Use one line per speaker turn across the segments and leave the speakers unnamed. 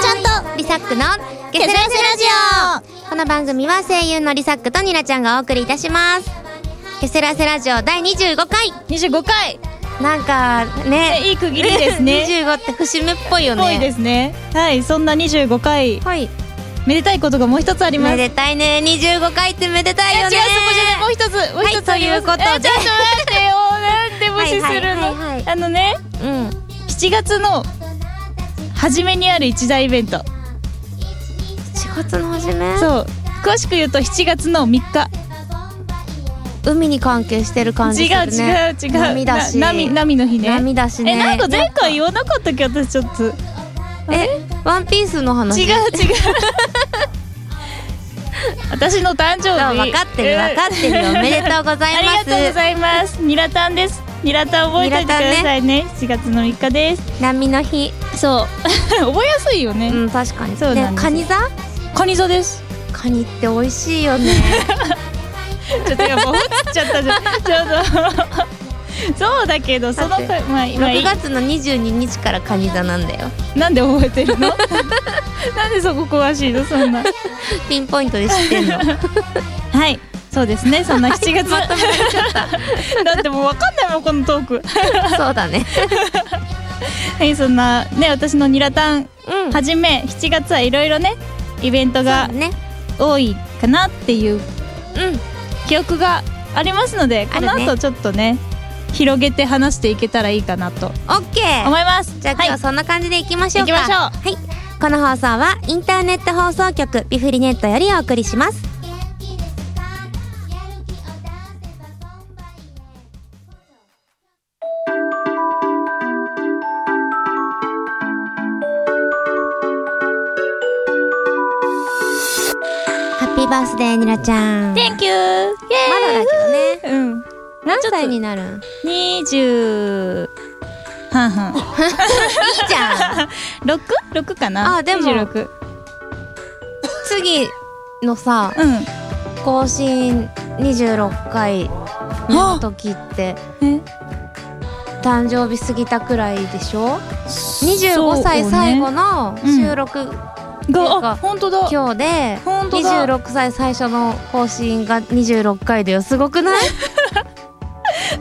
ックのゲスラスラジオこの番組は声優のリサックとニラちゃんがお送りいたしますゲスラスラジオ第25回
25回
なんかね
いい区切りですね
25って節目っぽいよね
多いですねはいそんな25回
はい
めでたいことがもう一つあり
め
ます
でたいね25回ってめでたい
え違
よ
うそこ
ね
じゃないもう一つもう一つあります、
はいということで
えちょっと待ってよなんで無視する
はいはいはいはい
のあのね
うん
7月の初めにある一大イベント
4月の初め
そう詳しく言うと7月の3日
海に関係してる感
違
じする
う違
ね
う違う
波だし
な波波の日ね
波だしね
えなんか前回言わなかったっけ私ちょっと違う
えワンピースの話
違う 私の誕生
そう
日
分かってる分かってるよおめでとうございます
ありがとうございますニラタンですニラタン覚えておいてくださいね7月の3日です
波の日
そう 覚えやすいよね、
うん確かに
そうなんです
カニ座
カニ座です
カニって美味しいよね
ちょっと今ぼふつっちゃったじゃんちょっとそうだけど その
だって
まあ今
6月の22日からカニ座なんだよ
なんで覚えてるのなんでそこ詳しいのそんな
ピンポイントで知って んの
はいそうですねそんな7月
まとめられちゃっ
だってもうわかんないもんこのトーク
たそうだね
はいそんなね私のニラタン
うん
はじめ7月はいろいろねイベントが
そうね
多いかなっていう
うん
記憶がありますので
あ
こ
るね
の後ちょっとね広げて話していけたらいいかなと
オッケー
思います
じゃあ今日
は
はいそんな感じでいきましょうか、
行きましょう
はいこの放送はインターネット放送局ビフリネットよりお送りしますハッピーバースデーニラちゃんまだ
Thank you! イエ
だけどね
ーイうん
何歳になるんいい
20半々
じ ゃん
66かな
あでも
26
次のさ
うん
更新26回の時って
え
誕生日過ぎたくらいでしょ
そう
25
ね
歳最後の収録
があ本当だ
今日で
ほんとだ
26歳最初の更新が26回だよすごく ない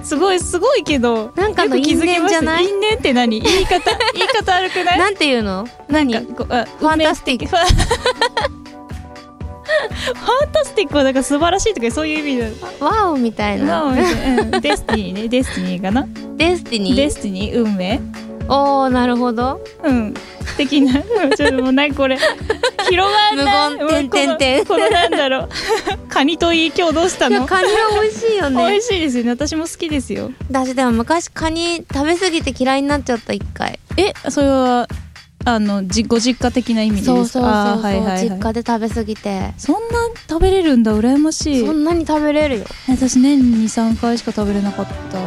すごいすごいけど
なんかの
よく気づきま
因縁
し
じ
た
ゃない
因縁って何言 い方言い方悪くない
なんていうの
何かこうあ
ファンタスティック
運命ファンタスティックはなんか素晴らしいとかそういう意味だ
ワオみたい
な
な
あみたいなうんデスティニーね デスティニーかな
デスティニ
デ
ー
スティニー運命
おおなるほど
うん的なうんちょっともうなんかこれ広がんない
無言点々点
もうこのこのなんだろうカニといい今日どうした
いや
の
カニは美味しいよ
美
ね
味しいですよね私も好きですよ
私でも昔カニ食べ過ぎて嫌いになっちゃった一回
えそれはあのじご実家的な意味ですか
そうそうそうそう、
あーはいはいはい
実家で食べ過ぎて
そんな食べれるんだ羨ましい
そんなに食べれるよ
私年に23回しか食べれなかった
い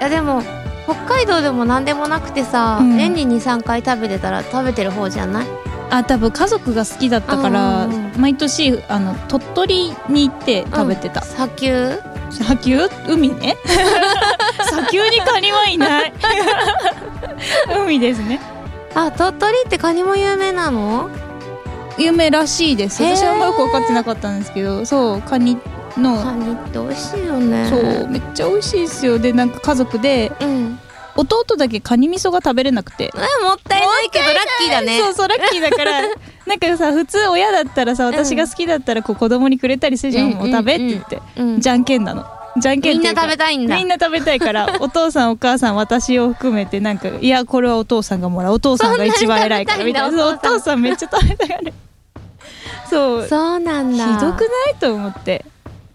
やでも北海道でも何でもなくてさ、
うん
年に23回食べてたら食べてる方じゃない
あ多分家族が好きだったから
うん
毎年あの鳥取に行って食べてた、
砂丘
砂丘海 ね砂丘にカニはいない海ですね
あ鳥取ってカニも有名なの
有名らしいです
へー
私はあんまよく分かってなかったんですけどそうカニ
カ
の
ニって美味しいよね
そうめっちゃ美味しいですよでなんか家族で
うん
弟だけカニ味噌が食べれなくて
あもったいないけどラッキーだね
そうそうラッキーだから なんかさ普通親だったらさ私が好きだったらこう子供にくれたりするじゃん、
うん
もう食べって言って、
うん
じゃんけんなのじゃんけん
み
っ
ん
て
な
いう
食
か
べたいんだ
みんな食べたいから お父さんお母さん私を含めてなんかいやこれはお父さんがもらうお父さんが一番偉いからみたいな
そんなに
そうお
食べたいんだ
父さんめっちゃ食べたが るそう
そうなん
ひ
だ
どくないと思って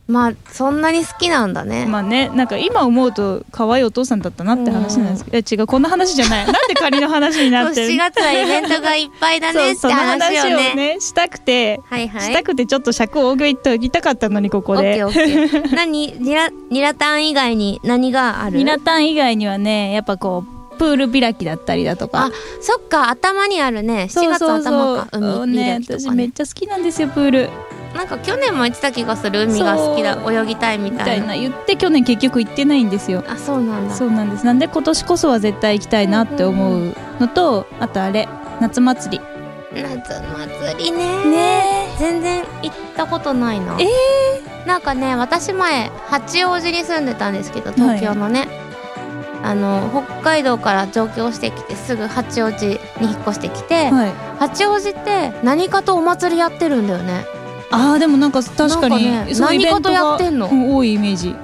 まあそんなに好きなんだね、
まあねなんか今思うと可愛いお父さんだったなって話なんですけど、え違うこんな話じゃないなんで仮の話にな
そ
っ
う
てる
4月はイベントがいっぱいだねって
そうその
話
話
よ
をね
ね
したくて、
はいはい
したくてちょっと尺を大食いと言いたかったのにこ
オ
こ
ッケ
で
ーオッケー何ニラニラタン以外に何がある
ミナタン以外にはねやっぱこうプール開きだったりだとか
あそっか頭にあるね7月頭か海
ね
開きと
私
か
めっ
ね
ちゃ好きなんですよプール
なんか去年も言ってた気がする海が好きだ
そう
泳ぎたいみ
み
た
た
い
い
な
な言って去年結局行ってないんですよ
あそうなんだ
そうなんですなんで今年こそは絶対行きたいなって思うのとあとあれ夏祭り
夏祭りね
ね
全然行ったことないな
ええ
なんかね私前八王子に住んでたんですけど東京のね、あの北海道から上京してきてすぐ八王子に引っ越してきて、
はい
八王子って何かとお祭りやってるんだよね
あーでもなんか確かに
なんかね
そういうイベントが
何かとやってんの
うん多いイメージ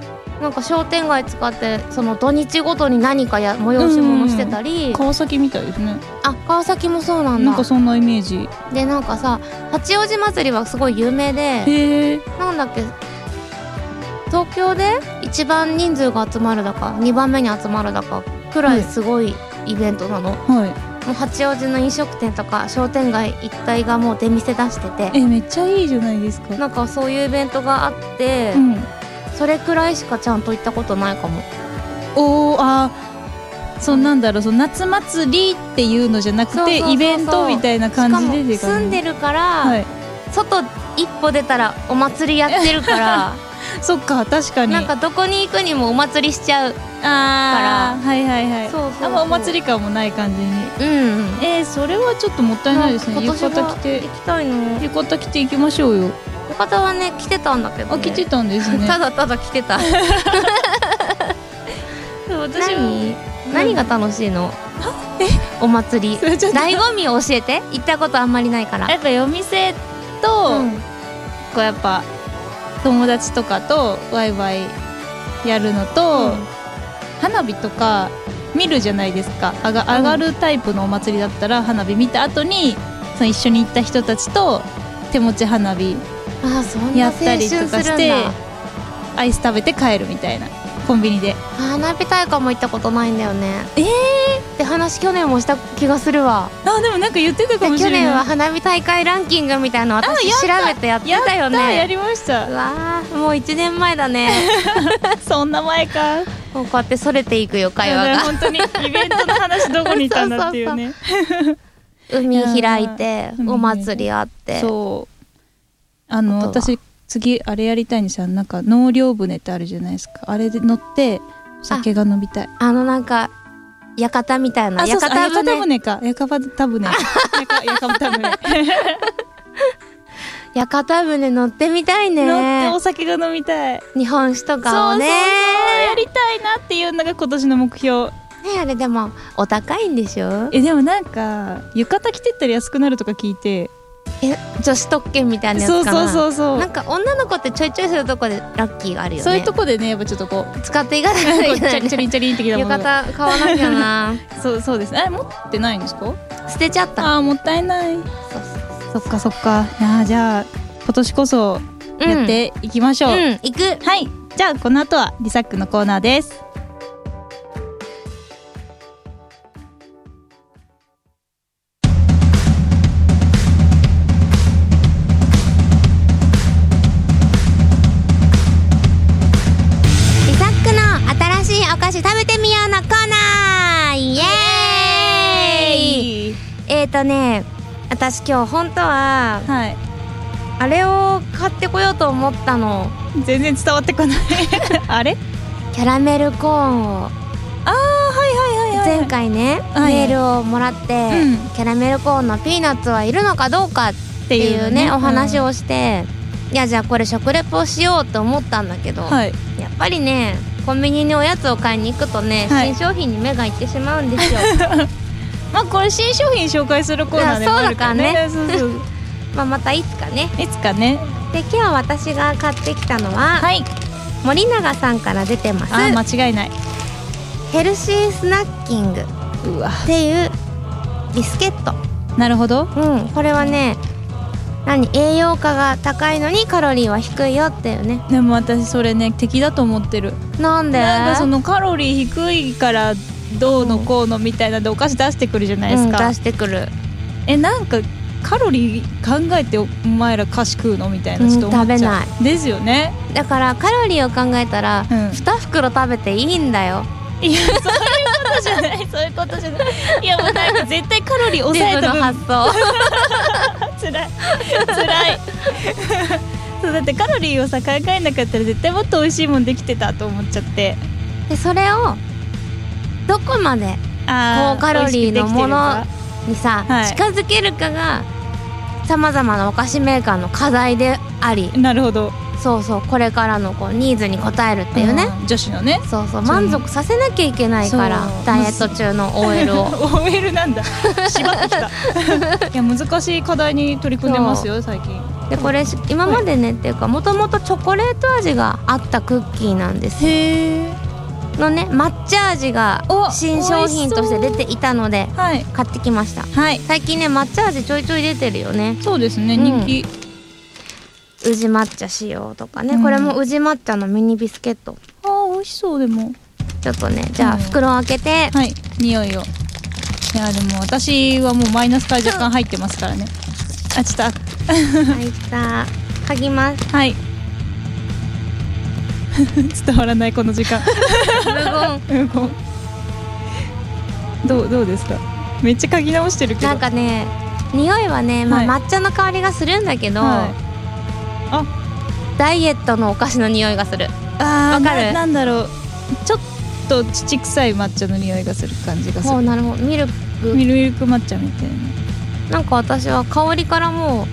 なんか商店街使ってその土日ごとに何かや催し物してたり、
川崎みたいですね
あ川崎もそうなん
な
だ
んかそんなイメージ
でなんかさ八王子祭りはすごい有名で
へえ
なんだっけ東京で一番人数が集まるだか2番目に集まるだかくらいすごいイベントなの、
は
もう八王子の飲食店とか商店街一帯がもう出店出して
い
て
えめっちゃいいじゃないですか
なんかそういうイベントがあって、
うん
それくらいしかちゃんと行ったことないかも
おーあーそうなんだろうその夏祭りっていうのじゃなく
そうそうそうそう
てイベントみたいな
しか
感
も
じでで
住んでるから、
はい
外一歩出たらお祭りやってるから
そっか 確かに
なんかどこに行くにもお祭りしちゃう
あーはいはいはい
そうそうそう
あんまお祭り感もない感じに
うんうん
えー、それはちょっともったいないですね
今
浴
年は
衣着て
行きたいの
浴衣着ていきましょうよ
浴衣はね着てたんだけど、
あ
ね、
着てたんですね
ただただ着 てた
私
何何が楽しいのお祭り
それちょっと
醍醐味を教えて行ったことあんまりないから
やっぱ夜店と、
うん
こうやっぱ友達とかとワイワイやるのと、
うん
花火とか見るじゃないですか上が上がるタイプのお祭りだったら花火見た後にその一緒に行った人たちと手持ち花火
ああそんな
や
青
った
春
り
す
と
るん
か
だ
してアイス食べて帰るみたいなコンビニで
花火大会も行ったことないんだよねええって話去年もした気がするわ
あでもなんか言ってたか
で
もし
去
れない
年は花火大会ランキングみたいなの私調べてやって
やった
たよ
や
ね
りました
うわーもう1年前だ ね
そんな前か
もうこうやってそれていくよ会話
いや
が
本当にイベントの話どこにいたんだって いうね
海開いて
いやー
お祭りあって
そうあ
あ
の
とは
私次あれやりたいんですよなんか納涼船ってあるじゃないですかあれで乗ってお酒が飲みたい
あのなんか館みたいな
あそうそうあ
館
屋形
船
船か屋 形船屋形屋形船
屋形船乗ってみたい
乗って
ね
お酒が飲みたい
日本酒と
そう
か
そ
を
うそう
ね
やりたいなっていうのが今年の目標
ねあれでもお高いんでしょ
えでもなんか浴衣着てったら安くなるとか聞いて
え女子特権みたいなや
そう
つか
そう
な
そうそう、
なんか女の子ってちょいちょいするとこでラッキーがあるよね
そういうとこでねやっぱちょっとこ う
使っていかなきゃ
こ
いうけ
チ
な
ャ
い
リチ
ね
ャリンチャリン的な
浴
ものが
衣買わなきゃな
そうそうですねあれ持ってないんですか
捨てちゃった
あーもったいない
そうそう
そっかそっかいやーじゃあ今年こそやっていきましょ
う
う、
ん、うん、行く
はいじゃあこの後はリサックのコーナーです
リサックの新しいお菓子食べてみようのコーナーイエーイえーとね私今日本当は
はい
あれを買ってこようと思ったの
全然伝わってこない あれ
キャラメルコーンを
ああはいはいはいはい
前回ね
はい
メールをもらって
うん
キャラメルコーンのピーナッツはいるのかどうかっ
って
いうねお話
を、
をしていやじゃあこれ食レポをしようと思ったんだけど
うんはい
やっぱりねコンビニにおやつを買いに行くとね
はい
新商品に目がいってしまうん ですよ
まあこれ新商品紹介するコーナーでもあるから
いや
ねそうそうそう
まあまたいつかね
いつかね
で今日私が買ってきたのは
はい
森永さんから出てます
あー間違いない
ヘルシースナッキングっ
うわ
ていうビスケット
なるほど
うん、これはね何栄養価が高いのにカロリーは低いよっていうね
でも私それね敵だと思ってる
なんで
なんかそのカロリー低いからどうのこうのみたいなんでお菓子出してくるじゃないで
う
す
ん出
か、
してくる、
えなんかカロリー考えてお前ら菓子食うのみたいなちょっと思っちゃ
う
う、
ん食べな
ですよね
だからカロリーを考えたら、
う
二
ん
2袋食べていいんだよ
いやそういうことじゃないそういうことじゃないいやもうなんか絶対カロリー抑え
自
た
分の
分
発想
つらいつらい そうだってカロリーをさ考えなかったら絶対もっと美味しいもんできてたと思っちゃって
でそれをどこまで
あー
高カロリーのもの
美
に
味しくできてるか
さ、
はい
近づけるかがさまざまなお菓子メーカーの課題であり
なるほど
そうそうこれからのこうニーズに応えるっていうね、
うん女子のね
そうそう満足させなきゃいけないから
そう
ダイエット中の OL を
OL なんだ縛ってきた いや難しい課題に取り組んでますよ最近
でこれし今までねっていうかもともとチョコレート味があったクッキーなんですよ
へえ
のね抹茶味が
お
新商品として出ていたので
はい
買ってきました
はい
最近ね抹茶味ちょいちょい出てるよね
そうですね
うん
人気、
宇治抹茶仕様とかね、
うん
これも宇治抹茶のミニビスケット
あー美味しそうでも
ちょっとねじゃ
う
あ
ん
袋を 開けて、
はい匂いをいやでも私はもうマイナスから若干入ってますからねあちょっと
入った嗅ぎます
あはい 伝わらないこの時 間
無 言
うんこうどうどうですかめっちゃ嗅ぎ直してるけど
なんかね匂いはね、まあ
は
抹茶の香りがするんだけど、
はい
ダイエットのお菓子の匂いがする
あ
わ
ー
かる
ななんだろうちょっと乳臭い抹茶の匂いがする感じがす
もう
る
なるほどミルク
ミルミルク抹茶みたいな
なんか私は香りからも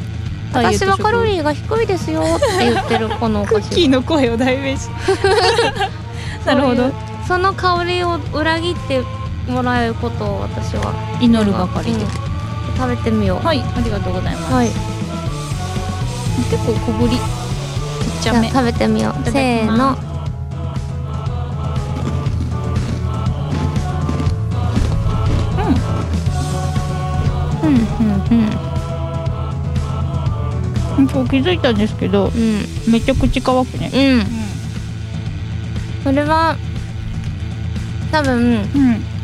う
ダイエッ
私
ト食
はカロリーが低いですよって言ってるこのお
ク
菓
ッキ
子
ーの声を代弁し なるほど
その香りを裏切ってもらえることを私は
祈るばかりで、
うん食べてみよう
はいありがとうございます、
はい
結構小ぶりちっち
じ
ゃ
ゃあ
め
食べてみよ
いうただきます
せーの
うんうんうん今日気づいたんですけど
うん
めっちゃ口乾くね
うんこれは多分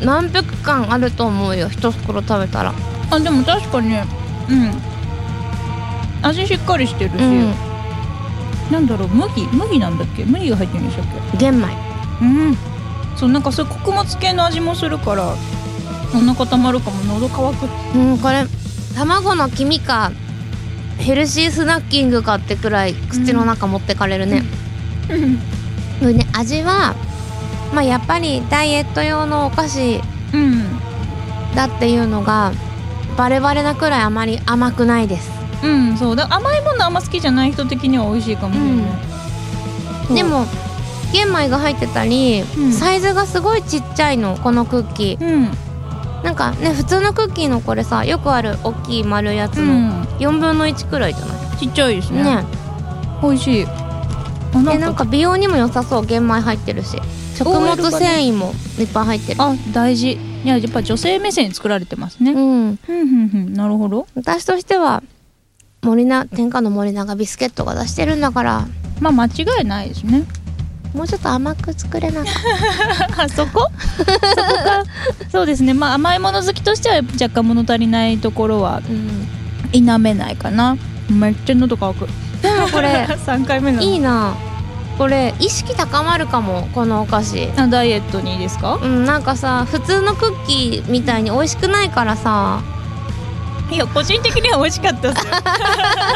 うん、
満腹感あると思うよ一袋食べたら
あでも確かにうん味しっかりしてるし、
うん
なんだろう麦麦なんだっけ麦が入ってるんでしたっけ
玄米
うんそうなんかそういう穀物系の味もするからお腹たまるかも喉乾く
うんこれ卵の黄身かヘルシースナッキングかってくらい口の中持ってかれるね、
うん
でね味はまあやっぱりダイエット用のお菓子
うん
だっていうのがバレバレなくらいあまり甘くないです
うんそうだ甘いものあんま好きじゃない人的には美味しいかもしれない、そう
でも玄米が入ってたり、
うん
サイズがすごいちっちゃいのこのクッキ
うん
ーなんかね普通のクッキーのこれさよくある大きい丸いやつ
う
の
ん
4分の1くらいじゃな
ちっちゃいですね
い、ね
美味しいあ
でなんか美容にも良さそう玄米入ってるし食物
OL がね
繊維もいっぱい入ってる
あ大事いややっぱ女性目線に作られてますね
うん
うんうんうんなるほど
私としては森な天下の森永ビスケットが出してるんだから
まあ間違いないですね
もうちょっと甘く作れなかっ
あそこそこかそうですねまあ甘いもの好きとしては若干物足りないところは
た、うん
否めないかなめっちゃ喉乾く
でもこ れ
3回目なの
いいなこれ意識高まるかもこのお菓子
あダイエットにいいですか
うんなんかさ普通のクッキーみたいに美味しくないからさ
いや個人的には美味しかったですよ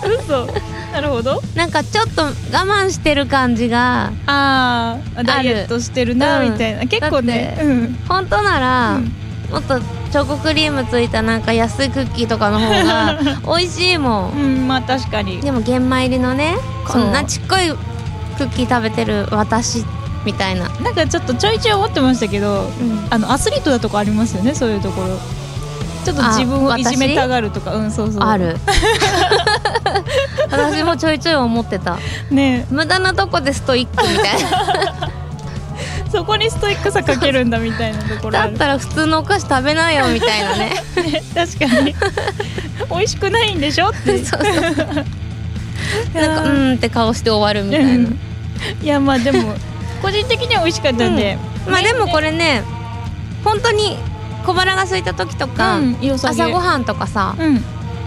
嘘なるほど
なんかちょっと我慢してる感じが
ああダイエットしてるな
ある
みたいな、結構ねうん
本当なら、
うん
もっとチョコクリームついたなんか安いクッキーとかの方が 美味しいもん
うんまあ確かに
でも玄米入りのねこんな
そう
ちっこいクッキー食べてる私みたいな、
なんかちょっとちょいちょい思ってましたけど
うん
あのアスリートだとこありますよねそういうところちょっと
あ
自分をいじめ
私
たがるとかうんそうそう
あ る私もちょいちょい思ってた
ね
無駄なとこでストイックみたいな
そこにストイックさかけるんだみたいな ところあ
だっ
る
たら普通のお菓子食べないよみたいなね
確かに 美味しくないんでしょっ
そう
て
そう なんか
いや
う
ー
んって顔して終わるみたいな、
うんいやまあでも個人的には美味しかったんで、
まあでもこれね本当に小腹が空いた時とか、
うん、よさげ
朝ごはんとかさ
うん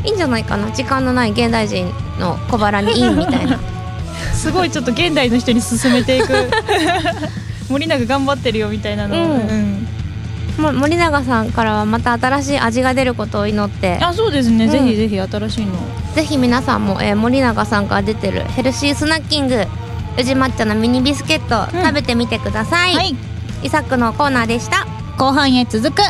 いいんじゃないかな時間のない現代人の小腹にいいみたいな
すごいちょっと現代の人に進 めていく森永頑張ってるよみたいなのを、
うん もう森永さんからはまた新しい味が出ることを祈って
あそうですね、
うん
ぜひぜひ新しいの
ぜひ皆さんも、えー森永さんから出てるヘルシースナッキング宇治抹茶のミニビスケット、
うん
食べてみてください、
はい
イサックのコーナーでした
後半へ続く